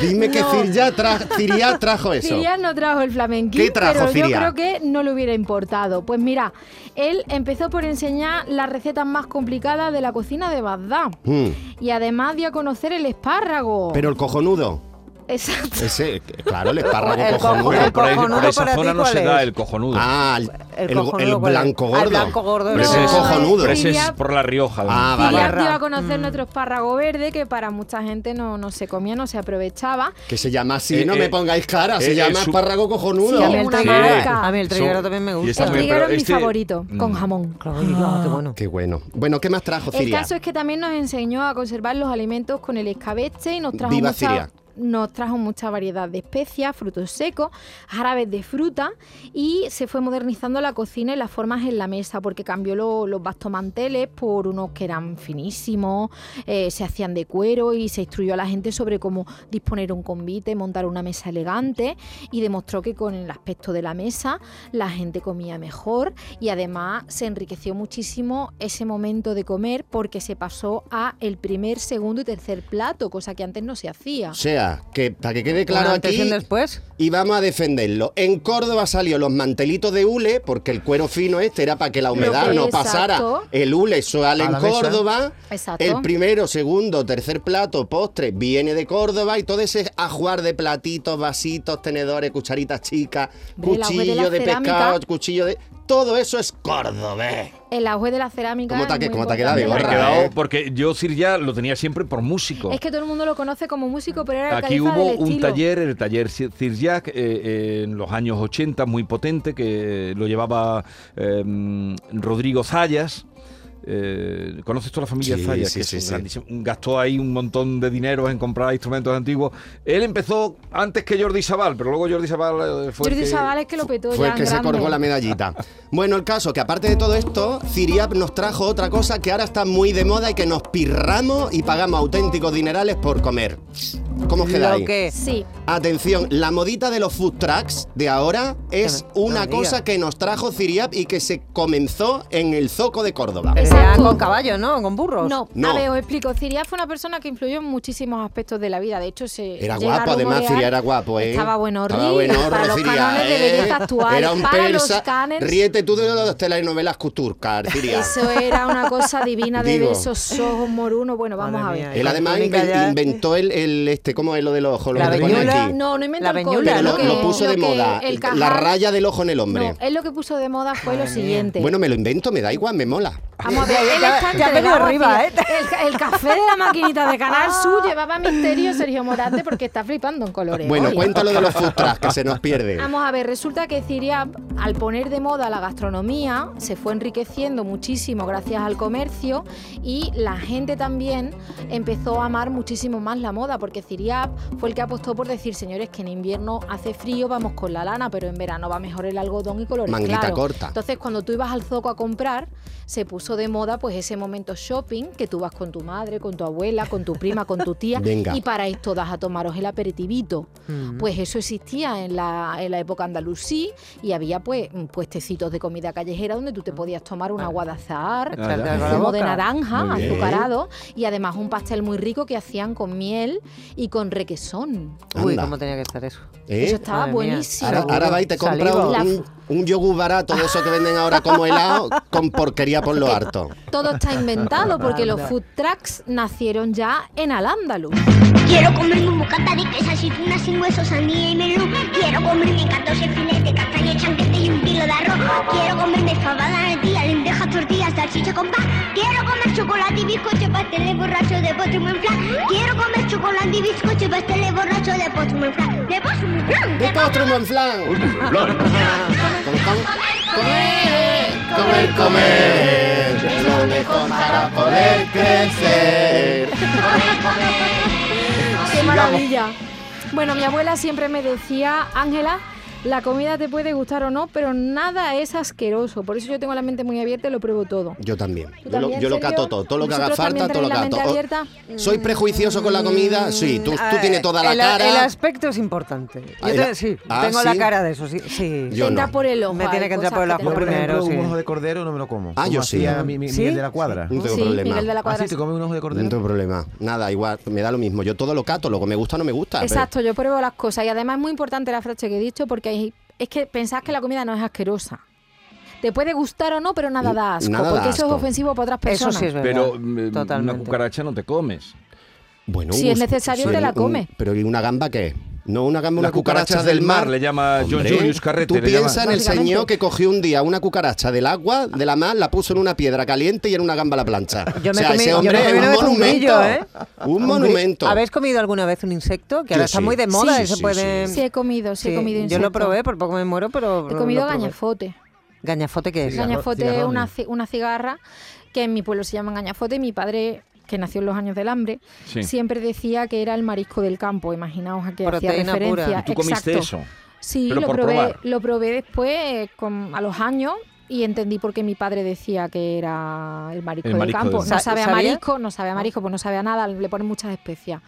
Speaker 3: Dime que
Speaker 5: No.
Speaker 3: Ciria tra- Ciria trajo eso.
Speaker 5: Ciriá no trajo el flamenquín,
Speaker 3: ¿Qué trajo,
Speaker 5: pero
Speaker 3: Ciriá?
Speaker 5: yo creo que no le hubiera importado. Pues mira, él empezó por enseñar las recetas más complicadas de la cocina de Bagdad.
Speaker 3: Mm.
Speaker 5: Y además dio a conocer el espárrago.
Speaker 3: Pero el cojonudo.
Speaker 5: Exacto.
Speaker 3: Ese, claro, el espárrago
Speaker 8: El
Speaker 3: cojonudo.
Speaker 8: cojonudo.
Speaker 2: Pero por, ahí- por
Speaker 8: cojonudo
Speaker 2: esa
Speaker 8: para ti,
Speaker 2: zona no
Speaker 8: ¿cuál
Speaker 2: se da
Speaker 8: es?
Speaker 2: el cojonudo.
Speaker 3: Ah, el, el-
Speaker 8: cojonudo,
Speaker 3: el
Speaker 8: ¿cuál es?
Speaker 3: blanco
Speaker 8: Al
Speaker 3: gordo.
Speaker 8: blanco gordo,
Speaker 2: Pero
Speaker 3: Ese
Speaker 2: ese
Speaker 3: es
Speaker 2: es-
Speaker 3: cojonudo.
Speaker 2: Pero ese es
Speaker 5: Diría-
Speaker 2: por la Rioja.
Speaker 3: Ah,
Speaker 5: Y
Speaker 3: vale.
Speaker 5: ya
Speaker 8: Barra.
Speaker 5: dio a conocer nuestro espárrago verde que para mucha gente no, no se comía, no se aprovechaba.
Speaker 3: Que se llama así,
Speaker 2: Eh,
Speaker 3: no me
Speaker 2: eh,
Speaker 3: pongáis cara,
Speaker 2: eh,
Speaker 3: se
Speaker 2: eh,
Speaker 3: llama
Speaker 2: su-
Speaker 3: espárrago cojonudo.
Speaker 5: Sí,
Speaker 8: a mí el
Speaker 5: una
Speaker 8: triguero-
Speaker 5: marca.
Speaker 8: a mí el triguero también me
Speaker 2: y
Speaker 8: gusta.
Speaker 2: está
Speaker 5: El
Speaker 2: muy bien,
Speaker 5: triguero
Speaker 2: pero
Speaker 5: es mi
Speaker 2: este-
Speaker 5: favorito,
Speaker 3: mm.
Speaker 5: con jamón.
Speaker 8: Claro, digo, qué bueno.
Speaker 3: Qué bueno. Bueno, ¿qué más trajo
Speaker 5: El
Speaker 3: Ciria?
Speaker 5: caso es que también nos enseñó a conservar los alimentos con el escabeche y nos trajo
Speaker 3: Viva Siria.
Speaker 5: mucha, nos trajo mucha variedad de especias, frutos secos, jarabes de fruta y se fue modernizando la cocina y las formas en la mesa porque cambió lo- los bastomanteles por unos que eran finísimos, eh, se hacían de cuero y se instruyó a la gente sobre cómo disponer un convite, montar una mesa elegante y demostró que con el aspecto de la mesa la gente comía mejor y además se enriqueció muchísimo ese momento de comer porque se pasó a el primer, segundo y tercer plato, cosa que antes no se hacía.
Speaker 3: O sea, que para que quede claro
Speaker 8: Un antes y
Speaker 3: aquí,
Speaker 8: un después.
Speaker 3: y vamos a defenderlo. En Córdoba salió los mantelitos de hule, porque el cuero fino este era para que la humedad
Speaker 5: que-
Speaker 3: no
Speaker 5: exacto.
Speaker 3: pasara. El hule sale
Speaker 4: A
Speaker 3: en
Speaker 4: la mesa.
Speaker 3: Córdoba.
Speaker 5: Exacto.
Speaker 3: El primero, segundo, tercer plato, postre, viene de Córdoba y todo ese ajuar de platitos, vasitos, tenedores, cucharitas chicas,
Speaker 5: Hombre, el agua de la
Speaker 3: cuchillo de,
Speaker 5: cerámica.
Speaker 3: pescado, cuchillo de... Todo eso es cordobés.
Speaker 5: El auge de la cerámica.
Speaker 3: ¿Cómo te ha-
Speaker 5: es muy
Speaker 3: cómo te ha quedado,
Speaker 5: importante.
Speaker 2: Me he
Speaker 3: Gorra,
Speaker 2: quedado
Speaker 3: eh.
Speaker 2: porque yo Sir ya lo tenía siempre por músico.
Speaker 5: Es que todo el mundo lo conoce como músico, pero era el
Speaker 2: Aquí
Speaker 5: califa
Speaker 2: hubo
Speaker 5: del
Speaker 2: un
Speaker 5: estilo.
Speaker 2: taller, el taller Sir Sir Jack, eh, eh, en los años 80, muy potente, que lo llevaba eh, Rodrigo Zayas. Eh, ¿Conoces toda la familia
Speaker 3: Sí,
Speaker 2: Zayas?
Speaker 3: sí,
Speaker 2: que es
Speaker 3: sí,
Speaker 2: un
Speaker 3: sí.
Speaker 2: grandísimo- un- Gastó ahí un montón de dinero en comprar instrumentos antiguos. Él empezó antes que Jordi Sabal, pero luego Jordi Sabal eh, fue. el
Speaker 5: Jordi
Speaker 2: que-
Speaker 5: Sabal es que lo petó
Speaker 3: Fue
Speaker 5: ya
Speaker 3: el que
Speaker 5: en
Speaker 3: se
Speaker 5: grande.
Speaker 3: colgó la medallita. Bueno, el caso que aparte de todo esto, Ciriab nos trajo otra cosa que ahora está muy de moda y que nos pirramos y pagamos auténticos dinerales por comer. ¿Cómo os
Speaker 8: Lo
Speaker 3: quedáis?
Speaker 8: que
Speaker 5: Sí,
Speaker 3: Atención, la modita de los food trucks de ahora es
Speaker 8: no
Speaker 3: una
Speaker 8: digas.
Speaker 3: cosa que nos trajo Ciriab y que se comenzó en el Zoco de Córdoba.
Speaker 5: Es-
Speaker 8: sea
Speaker 5: Exacto.
Speaker 8: con caballos, ¿no? Con burros.
Speaker 5: no,
Speaker 3: No.
Speaker 5: a ver, os explico. Ciria fue una persona que influyó en muchísimos aspectos de la vida. De hecho, se.
Speaker 3: Era
Speaker 5: llega a
Speaker 3: guapo, además,
Speaker 5: rumorear-
Speaker 3: Ciria era guapo, ¿eh?
Speaker 5: Estaba bueno,
Speaker 3: Estaba buenorro,
Speaker 5: para los
Speaker 3: Ciria,
Speaker 5: canones de
Speaker 3: ¿eh?
Speaker 5: belleza actual,
Speaker 3: Era un
Speaker 5: para los
Speaker 3: persa.
Speaker 5: cánones-
Speaker 3: Ríete tú de las telenovelas turcas, Ciria.
Speaker 5: Eso era una cosa divina de
Speaker 3: Digo.
Speaker 5: ver esos ojos morunos. Bueno, vamos
Speaker 8: Madre
Speaker 5: a
Speaker 8: mía,
Speaker 5: ver.
Speaker 3: Él además
Speaker 8: Icónica
Speaker 3: inven-
Speaker 8: ya.
Speaker 3: inventó el, el este, ¿cómo es lo del ojo? Lo
Speaker 8: La
Speaker 3: que te pone
Speaker 8: veñuela.
Speaker 3: aquí.
Speaker 5: No, no inventó
Speaker 8: eh. La
Speaker 5: el
Speaker 8: veñuela,
Speaker 5: código,
Speaker 3: Pero
Speaker 8: Lo
Speaker 3: lo,
Speaker 8: que-
Speaker 3: lo puso
Speaker 5: lo
Speaker 3: de
Speaker 5: que
Speaker 3: moda.
Speaker 5: el
Speaker 3: La
Speaker 5: cajal-
Speaker 3: raya del ojo en el hombre.
Speaker 5: No, este. él lo que puso de moda fue lo
Speaker 8: Madre mía.
Speaker 5: siguiente.
Speaker 3: Bueno, me lo invento, me da igual, me mola.
Speaker 5: Vamos a ver,
Speaker 8: Ya,
Speaker 5: él
Speaker 8: ya,
Speaker 5: está
Speaker 8: ya
Speaker 5: entregado
Speaker 8: venido
Speaker 5: a
Speaker 8: arriba,
Speaker 5: Ciri.
Speaker 8: ¿eh?
Speaker 5: El, el café de la maquinita de Canal Sur llevaba misterio Sergio Morante porque está flipando en colores.
Speaker 3: Bueno,
Speaker 5: Oye.
Speaker 3: cuéntalo de los food trucks, que se nos pierde.
Speaker 5: Vamos a ver, resulta que Ciria, al poner de moda la gastronomía, se fue enriqueciendo muchísimo gracias al comercio y la gente también empezó a amar muchísimo más la moda, porque Ciria fue el que apostó por decir, señores, que en invierno hace frío, vamos con la lana, pero en verano va mejor el algodón y colores
Speaker 3: Manguita
Speaker 5: claros".
Speaker 3: corta.
Speaker 5: Entonces, cuando tú ibas al zoco a comprar, se puso de moda pues ese momento shopping que tú vas con tu madre, con tu abuela, con tu prima, con tu tía
Speaker 3: Venga.
Speaker 5: y paráis todas a tomaros el aperitivito.
Speaker 8: Mm.
Speaker 5: Pues eso existía en la, en la época andalusí y había pues mm, puestecitos de comida callejera donde tú te podías tomar una guadazar,
Speaker 2: Ah, ya.
Speaker 8: Echarte algo a Mm. la
Speaker 5: zumo de
Speaker 8: boca.
Speaker 5: naranja,
Speaker 3: Muy bien.
Speaker 5: azucarado y además un pastel muy rico que hacían con miel y con requesón.
Speaker 8: Uy,
Speaker 3: Anda.
Speaker 8: cómo tenía que estar eso.
Speaker 3: ¿Eh?
Speaker 5: Eso estaba
Speaker 8: Madre mía.
Speaker 5: buenísimo.
Speaker 3: Ahora, ahora va y te compra
Speaker 8: Saliva.
Speaker 3: un, un, un yogur barato de eso que venden ahora como helado, con porquería por lo harto.
Speaker 5: Todo está inventado porque los food trucks nacieron ya en Al-Ándalus.
Speaker 9: Quiero comerme un bocata de queso, aceituna sin hueso, sandía y melón. Quiero comerme 14 filetes de castaña, chanquete y un kilo de arroz. Quiero comerme fabada de tía, lentejas, tortillas, salchicha con pan. Quiero comer chocolate y bizcocho, pasteles borrachos de postre muy flan. Quiero comer chocolate y bizcocho, pasteles borrachos de postre muy flan. De postre muy flan.
Speaker 3: ¡De postre, un buen flan! Con- con- Comer, comer, es lo mejor para poder crecer.
Speaker 5: ¡Qué maravilla! Bueno, mi abuela siempre me decía, Ángela, la comida te puede gustar o no, pero nada es asqueroso. Por eso yo tengo la mente muy abierta y lo pruebo todo.
Speaker 3: Yo también.
Speaker 5: ¿Tú
Speaker 3: Yo lo,
Speaker 5: también,
Speaker 3: yo lo
Speaker 5: Sergio?
Speaker 3: cato todo. Todo lo que haga
Speaker 5: ¿Vosotros
Speaker 3: falta,
Speaker 5: también
Speaker 3: todo lo
Speaker 5: tenéis la
Speaker 3: cato.
Speaker 5: mente
Speaker 3: O-
Speaker 5: abierta? Mm.
Speaker 3: ¿Soy prejuicioso con la comida? Sí, tú, tú
Speaker 8: Eh,
Speaker 3: tienes toda la
Speaker 8: el,
Speaker 3: cara.
Speaker 8: El aspecto es importante. Yo
Speaker 3: Ah,
Speaker 8: te-
Speaker 3: el-
Speaker 8: sí,
Speaker 3: ah,
Speaker 8: tengo la
Speaker 3: sí.
Speaker 8: cara de eso, sí. sí.
Speaker 3: Yo
Speaker 5: Entra
Speaker 3: no.
Speaker 5: por el ojo.
Speaker 8: Me
Speaker 5: hay
Speaker 8: tiene que entrar
Speaker 5: cosas
Speaker 8: por el ojo
Speaker 5: te
Speaker 4: Yo, por
Speaker 5: entran.
Speaker 8: primero,
Speaker 4: ejemplo,
Speaker 8: sí.
Speaker 4: un ojo de cordero no me lo como.
Speaker 3: Ah,
Speaker 4: como
Speaker 3: yo sí.
Speaker 4: hacía mi, mi-
Speaker 8: ¿Sí?
Speaker 4: Miguel de la cuadra.
Speaker 3: No tengo
Speaker 5: Sí,
Speaker 3: problema.
Speaker 5: Miguel de la
Speaker 4: Ah,
Speaker 5: Cuadra.
Speaker 4: sí, te comes un ojo de cordero.
Speaker 3: No tengo problema. Nada, igual, me da lo mismo. Yo todo lo cato, lo que me gusta no me gusta. pero-
Speaker 5: Exacto, yo pruebo las cosas. Y además es muy importante la frase que he dicho porque hay- es que pensás que la comida no es asquerosa. Te puede gustar o no, pero nada da asco.
Speaker 3: Nada da
Speaker 5: porque eso
Speaker 3: asco.
Speaker 5: es ofensivo para otras
Speaker 8: Eso
Speaker 5: personas.
Speaker 8: sí es verdad.
Speaker 2: Pero mm, em, una
Speaker 8: Totalmente.
Speaker 2: cucaracha no te comes.
Speaker 3: Bueno,
Speaker 5: Si
Speaker 3: un
Speaker 5: es
Speaker 3: gust-
Speaker 5: necesario,
Speaker 3: sí,
Speaker 5: te la
Speaker 3: un-
Speaker 5: come.
Speaker 3: pero ¿y una gamba qué? No, una gamba, una
Speaker 2: Las cucarachas
Speaker 3: cucaracha del
Speaker 2: del
Speaker 3: mar.
Speaker 2: mar, le llama John
Speaker 3: Hombre,
Speaker 2: Julius Carrete,
Speaker 3: Tú
Speaker 2: le
Speaker 3: piensas
Speaker 2: llama.
Speaker 3: en el
Speaker 5: Básicamente.
Speaker 3: señor que cogió un día una cucaracha del agua, de la mar, la puso en una piedra caliente y en una gamba la plancha.
Speaker 8: Yo
Speaker 3: o
Speaker 8: me
Speaker 3: sea,
Speaker 8: comí-
Speaker 3: ese
Speaker 8: yo me
Speaker 3: hombre
Speaker 8: comí
Speaker 3: es
Speaker 8: una
Speaker 3: un
Speaker 8: vez un
Speaker 3: monumento.
Speaker 8: grillo, ¿eh?
Speaker 3: Un
Speaker 8: Hombre,
Speaker 3: monumento.
Speaker 8: ¿Habéis comido alguna vez un insecto? Que ahora
Speaker 3: Yo
Speaker 8: está
Speaker 3: sí.
Speaker 8: muy de
Speaker 3: Sí,
Speaker 8: moda
Speaker 3: sí,
Speaker 8: y se
Speaker 3: sí,
Speaker 8: pueden...
Speaker 3: sí.
Speaker 5: Sí, he comido, sí, he comido
Speaker 8: Yo
Speaker 5: insecto.
Speaker 8: lo probé, por poco me muero, pero...
Speaker 5: He
Speaker 8: lo
Speaker 5: comido
Speaker 8: probé.
Speaker 5: gañafote.
Speaker 8: ¿Gañafote qué es?
Speaker 4: Gaña-
Speaker 5: Gañafote es
Speaker 4: cigarrones.
Speaker 5: una, ci- una cigarra que en mi pueblo se llaman gañafote. y Mi padre, que nació en los años del hambre,
Speaker 2: Sí.
Speaker 5: siempre decía que era el marisco del campo. Imaginaos a qué hacía
Speaker 8: Proteína pura.
Speaker 5: referencia.
Speaker 2: ¿Y tú comiste
Speaker 5: Exacto.
Speaker 2: eso?
Speaker 5: Sí,
Speaker 2: Pero
Speaker 5: lo
Speaker 2: por
Speaker 5: probé,
Speaker 2: probar.
Speaker 5: lo probé después eh, con, a los años y entendí por qué mi padre decía que era el marisco,
Speaker 2: El marisco
Speaker 5: del campo.
Speaker 2: del-
Speaker 5: No sabe a
Speaker 8: ¿Sabía?
Speaker 5: marisco, no sabe a marisco, pues no sabe a nada, le ponen muchas especias.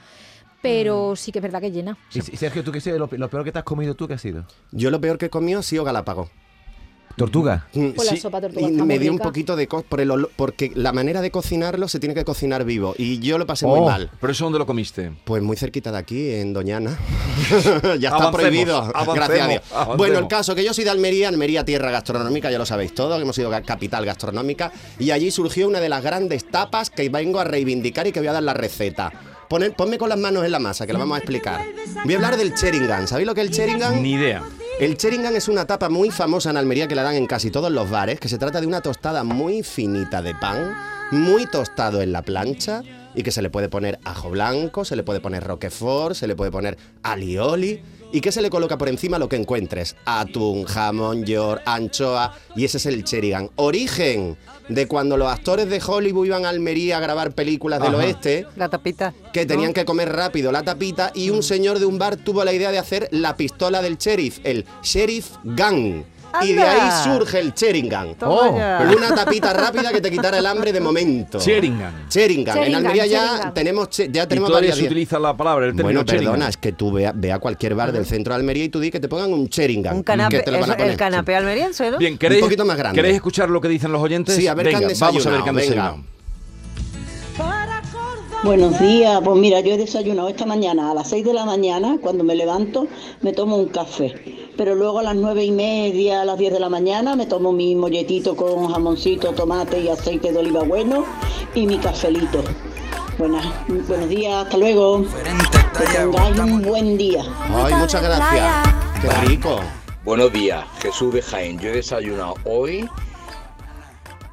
Speaker 5: Pero sí que es verdad que llena.
Speaker 4: Y, y Sergio, ¿tú qué sé? Lo, pe- lo peor que te has comido tú, ¿qué ha sido?
Speaker 3: Yo lo peor que he comido ha sido galápago. Mm,
Speaker 4: Tortuga.
Speaker 5: Pues la sopa de tortuga
Speaker 3: y
Speaker 5: está muy
Speaker 3: me dio un
Speaker 5: rica.
Speaker 3: poquito de co- por el olo- porque la manera de cocinarlo se tiene que cocinar vivo y yo lo pasé muy
Speaker 4: Oh.
Speaker 3: mal.
Speaker 2: ¿Pero eso dónde lo comiste?
Speaker 3: Pues muy cerquita de aquí, en Doñana. ya está
Speaker 2: Avancemos,
Speaker 3: prohibido.
Speaker 2: avancemos,
Speaker 3: gracias a Dios.
Speaker 2: avancemos.
Speaker 3: Bueno, el caso que yo soy de Almería, Almería tierra gastronómica, ya lo sabéis todo, que hemos sido ga- capital gastronómica. Y allí surgió una de las grandes tapas que vengo a reivindicar y que voy a dar la receta. Poner, ponme con las manos en la masa, que la vamos a explicar. Voy a hablar del cheringan. ¿Sabéis lo que es el cheringan?
Speaker 2: Ni idea.
Speaker 3: El cheringan es una tapa muy famosa en Almería que la dan en casi todos los bares, que se trata de una tostada muy finita de pan, muy tostado en la plancha y que se le puede poner ajo blanco, se le puede poner roquefort, se le puede poner alioli y que se le coloca por encima lo que encuentres, atún, jamón, york, anchoa y ese es el cheringan. Origen de cuando los actores de Hollywood iban a Almería a grabar películas del oeste
Speaker 8: La tapita.
Speaker 3: que
Speaker 8: ¿no? Mm.
Speaker 3: tenían que comer rápido la tapita y un señor de un bar tuvo la idea de hacer la pistola del sheriff, el sheriff gun. Y de
Speaker 8: ¡Anda!
Speaker 3: ahí surge el Sheringan.
Speaker 8: Toma
Speaker 4: Oh,
Speaker 8: ya.
Speaker 3: Una tapita rápida que te quitara el hambre de momento.
Speaker 2: Sheringan.
Speaker 3: Sheringan. En
Speaker 5: Sheringan,
Speaker 3: Almería ya
Speaker 5: Sheringan.
Speaker 3: tenemos, che- ya
Speaker 2: Y
Speaker 3: tenemos
Speaker 2: todavía
Speaker 3: varias
Speaker 2: se utiliza la palabra, el término
Speaker 3: Bueno, perdona,
Speaker 2: Sheringan.
Speaker 3: es que tú ve a, ve a cualquier bar del centro de Almería y tú di que te pongan un Sheringan.
Speaker 8: Mm. Un canapé,
Speaker 3: que te lo van a
Speaker 8: eso,
Speaker 3: poner.
Speaker 8: el canapé almeriense, ¿no?
Speaker 2: Bien, ¿queréis,
Speaker 3: Un poquito más grande.
Speaker 2: ¿queréis escuchar lo que dicen los oyentes?
Speaker 3: Sí, a ver qué
Speaker 2: venga,
Speaker 3: han
Speaker 2: vamos a ver qué han desayunado.
Speaker 3: desayunado, venga.
Speaker 10: Buenos días, pues mira, yo he desayunado esta mañana a las 6 de la mañana, cuando me levanto me tomo un café, pero luego a las nueve y media, a las 10 de la mañana me tomo mi molletito con jamoncito, tomate y aceite de oliva bueno y mi cafelito. Buenas, buenos días, hasta luego.
Speaker 7: Diferente
Speaker 10: Que
Speaker 7: talla,
Speaker 10: tengáis
Speaker 7: estamos-
Speaker 10: un buen día.
Speaker 3: Ay, muchas gracias. Qué rico.
Speaker 11: Buenos días, Jesús de Jaén. Yo he desayunado hoy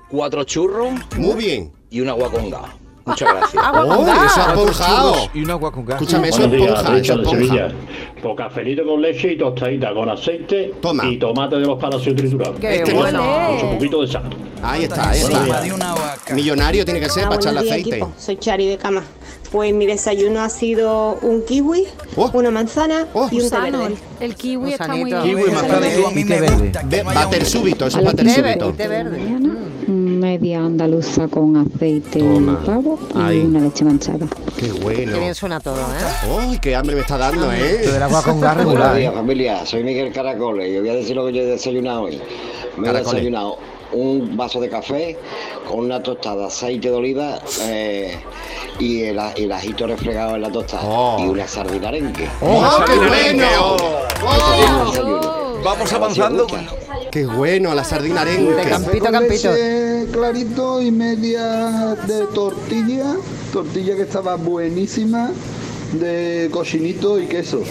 Speaker 11: cuatro churros
Speaker 3: Muy bien.
Speaker 11: y una guaconga. Muchas gracias.
Speaker 8: Ah,
Speaker 3: ¡Oh,
Speaker 8: guacamole.
Speaker 3: eso ha
Speaker 2: Churros
Speaker 3: ponjado!
Speaker 2: Y una agua con gas.
Speaker 3: Escúchame, eso es
Speaker 12: Buenos días,
Speaker 3: ponja, eso
Speaker 12: Richard
Speaker 3: es
Speaker 12: de
Speaker 3: ponja.
Speaker 12: Sevilla. Pues cafelito con leche y tostadita con aceite
Speaker 3: Toma.
Speaker 12: y tomate de los palacios triturados. Eh,
Speaker 8: Qué
Speaker 2: Pues
Speaker 3: Este no.
Speaker 8: bueno.
Speaker 12: Con su poquito de sal.
Speaker 3: Ahí está, ahí
Speaker 7: Encima
Speaker 3: está.
Speaker 7: de una vaca.
Speaker 3: Millonario tiene que ser
Speaker 9: Ah,
Speaker 3: para echarle aceite.
Speaker 10: Soy Chari de Cama. Pues mi desayuno ha sido un kiwi,
Speaker 3: Oh. una
Speaker 10: manzana
Speaker 3: Oh. y un
Speaker 5: Sano, el, el kiwi está muy
Speaker 8: Gusanito.
Speaker 5: bien.
Speaker 2: Kiwi,
Speaker 5: Eso
Speaker 2: manzana
Speaker 5: lo
Speaker 2: y
Speaker 5: digo.
Speaker 7: a mí
Speaker 4: y
Speaker 7: me
Speaker 4: té verde.
Speaker 7: gusta que
Speaker 3: Ve-
Speaker 7: no haya
Speaker 3: Bater
Speaker 7: un-
Speaker 3: súbito, eso es
Speaker 10: A la
Speaker 3: bater
Speaker 8: Té verde,
Speaker 3: súbito.
Speaker 8: té verde.
Speaker 10: Media andaluza con aceite
Speaker 3: Toma.
Speaker 10: y pavo y
Speaker 3: Ahí.
Speaker 10: una leche manchada.
Speaker 3: Qué
Speaker 8: Qué bien
Speaker 3: bueno.
Speaker 8: suena todo, ¿eh?
Speaker 3: ¡Ay, qué hambre me está dando,
Speaker 4: Lo del
Speaker 3: eh!
Speaker 4: agua con gas
Speaker 11: Buenos
Speaker 4: regular.
Speaker 11: días,
Speaker 4: ¿eh?
Speaker 11: familia. Soy Miguel Caracoles y os voy a decir lo que yo he desayunado hoy. Me he
Speaker 3: Caracoles.
Speaker 11: desayunado un vaso de café con una tostada, aceite de oliva eh, y el, a- el ajito refregado en la tostada.
Speaker 3: Oh.
Speaker 11: Y una sardina arenque.
Speaker 3: ¡Oh, qué
Speaker 2: arenque,
Speaker 3: bueno!
Speaker 11: Ese es mi
Speaker 3: ¡Oh!
Speaker 11: desayuno.
Speaker 2: Vamos
Speaker 11: Si os
Speaker 2: avanzando.
Speaker 11: gusta.
Speaker 3: ¡Qué bueno, la sardina arenque!
Speaker 8: Campito, campito.
Speaker 12: clarito y media de tortilla. Tortilla que estaba buenísima. De cochinito y queso. Que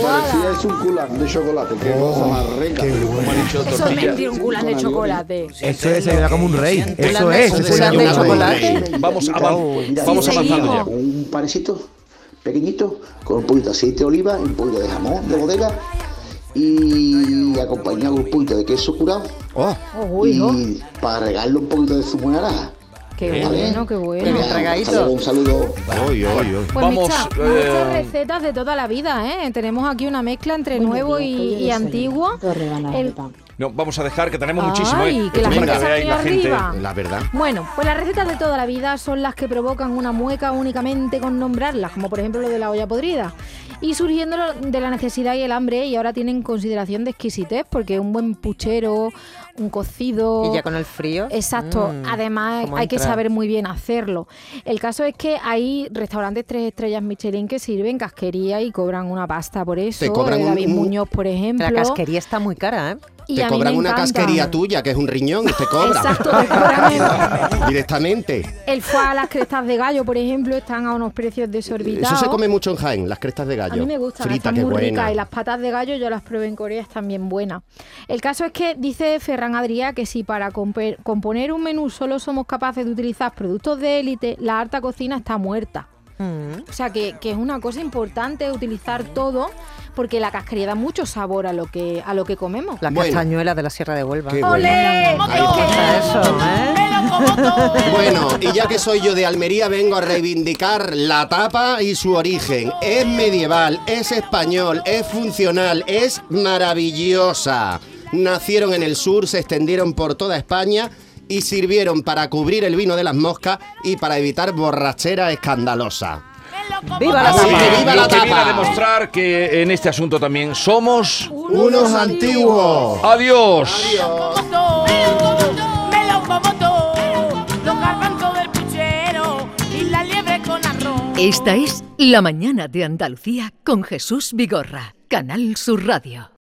Speaker 12: parecía es un culán de chocolate.
Speaker 3: Oh,
Speaker 12: Qué cosa más rica.
Speaker 5: Eso es mentir, un gulas de chocolate.
Speaker 4: Eso es, se como un rey. Eso
Speaker 8: de-
Speaker 4: es,
Speaker 8: un
Speaker 4: se
Speaker 8: gulas
Speaker 4: desayuna
Speaker 8: de
Speaker 4: como un rey.
Speaker 8: chocolate.
Speaker 2: Vamos, avan-
Speaker 12: Mira,
Speaker 2: vamos
Speaker 5: Sí,
Speaker 2: avanzando ya.
Speaker 5: seguimos.
Speaker 12: un panecito pequeñito con un poquito de aceite de oliva, un poquito de jamón de bodega y acompañado con un poquito de queso curado
Speaker 3: ¡Oh!
Speaker 5: Uy, hijo,
Speaker 12: y para regarle un poquito de zumo de naranja.
Speaker 2: ¿Eh?
Speaker 5: qué
Speaker 12: ¿vale?
Speaker 5: bueno, qué
Speaker 8: Qué
Speaker 5: bueno.
Speaker 8: bien.
Speaker 12: Venga,
Speaker 8: tragadito.
Speaker 12: hasta luego, Un saludo.
Speaker 3: ¡Oy, oy, oy!
Speaker 5: Pues
Speaker 2: Vamos,
Speaker 5: Micha,
Speaker 2: eh,
Speaker 5: muchas recetas de toda la vida, ¿eh? Tenemos aquí una mezcla entre nuevo y, y antiguo. El-
Speaker 2: No, vamos a dejar que tenemos
Speaker 5: Ay,
Speaker 2: muchísimo. ¿eh?
Speaker 5: que la
Speaker 2: Para
Speaker 5: gente
Speaker 2: que
Speaker 5: se
Speaker 2: veáis
Speaker 5: arriba.
Speaker 2: la gente.
Speaker 5: Ah.
Speaker 3: La verdad.
Speaker 5: Bueno, pues las recetas de toda la vida son las que provocan una mueca únicamente con nombrarlas, como por ejemplo lo de la olla podrida. Y surgiendo lo- de la necesidad y el hambre, y ahora tienen consideración de exquisitez, porque un buen puchero, un cocido.
Speaker 8: Y ya con el frío.
Speaker 5: Exacto,
Speaker 8: mm,
Speaker 5: además
Speaker 8: cómo
Speaker 5: hay que
Speaker 8: entra.
Speaker 5: saber muy bien hacerlo. El caso es que hay restaurantes tres estrellas Michelin que sirven casquería y cobran una pasta por eso.
Speaker 3: Te cobran
Speaker 5: Eh,
Speaker 3: un-
Speaker 5: David
Speaker 3: un-
Speaker 5: Muñoz, por ejemplo.
Speaker 8: La casquería está muy cara, ¿eh?
Speaker 5: Y
Speaker 3: te
Speaker 5: a mí
Speaker 3: cobran
Speaker 5: me
Speaker 3: una
Speaker 5: encanta.
Speaker 3: casquería tuya, que es un riñón, y te cobran.
Speaker 5: Exacto, te cobran
Speaker 3: Directamente.
Speaker 5: El foie a las crestas de gallo, por ejemplo, están a unos precios desorbitados.
Speaker 3: Eso se come mucho en Jaén, las crestas de gallo.
Speaker 5: A mí me gustan,
Speaker 3: Frita,
Speaker 5: están
Speaker 3: qué
Speaker 5: muy
Speaker 3: buena.
Speaker 5: ricas y las patas de gallo yo las probé en Corea, están bien buenas. El caso es que dice Ferran Adrià que si para compe- componer un menú solo somos capaces de utilizar productos de élite, la alta cocina está muerta.
Speaker 8: Mm.
Speaker 5: O sea que, que es una cosa importante utilizar todo porque la casquería da mucho sabor a lo que a lo que comemos.
Speaker 8: Las castañuelas de la Sierra de Huelva.
Speaker 3: Qué bueno. ¡Olé! Ahí está.
Speaker 8: Eso, ¿eh?
Speaker 3: Bueno, y ya que soy yo de Almería, vengo a reivindicar la tapa y su origen. Es medieval, es español, es funcional, es maravillosa. Nacieron en el sur, se extendieron por toda España y sirvieron para cubrir el vino de las moscas y para evitar borrachera escandalosa.
Speaker 8: ¡Viva
Speaker 3: la
Speaker 2: Así
Speaker 3: tapa!
Speaker 2: que
Speaker 3: ¡Viva
Speaker 2: lo
Speaker 3: la
Speaker 2: que viene a
Speaker 3: tapa!
Speaker 2: demostrar que en este asunto también somos
Speaker 3: Unos antiguos.
Speaker 2: Adiós.
Speaker 13: Me lo como todo, los garbanzos del puchero y la liebre con arroz.
Speaker 1: Esta es La Mañana de Andalucía con Jesús Vigorra, Canal Sur Radio.